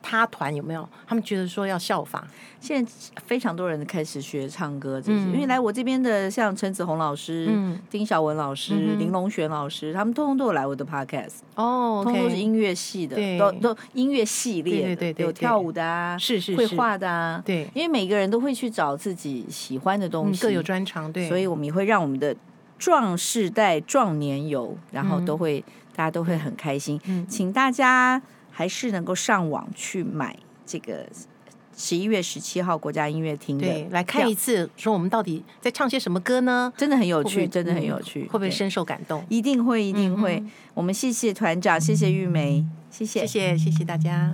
B: 他团有没有，他们觉得说要效法，
A: 现在非常多人开始学唱歌这些，
B: 嗯
A: 因为来我这边的像陈子红老师、
B: 嗯
A: 丁晓文老师、
B: 嗯哼
A: 林龙璇老师，他们通通都有来我的 podcast，、
B: 哦
A: 通通都是音乐系的，
B: 对
A: 都都音乐系列的，
B: 对对对对
A: 有跳舞的啊，
B: 是是
A: 绘
B: 是
A: 画的啊，
B: 对
A: 因为每个人都会去找自己喜欢的东
B: 嗯，
A: 西，
B: 各有专长，对，
A: 所以我们也会让我们的壮世代、壮年游，然后都会、大家都会很开心。
B: 嗯
A: 请大家还是能够上网去买这个十一月十七号国家音乐厅
B: 对
A: 的，
B: 来看一
A: 次，
B: 次，说我们到底在唱些什么歌呢？
A: 真的很有
B: 会不
A: 趣，
B: 会
A: 真的很
B: 嗯
A: 有趣，
B: 会不会
A: 对
B: 深受感动？
A: 一定会，一定会。
B: 嗯
A: 我们谢谢团长，谢谢玉梅，谢谢
B: 谢谢，谢谢大家。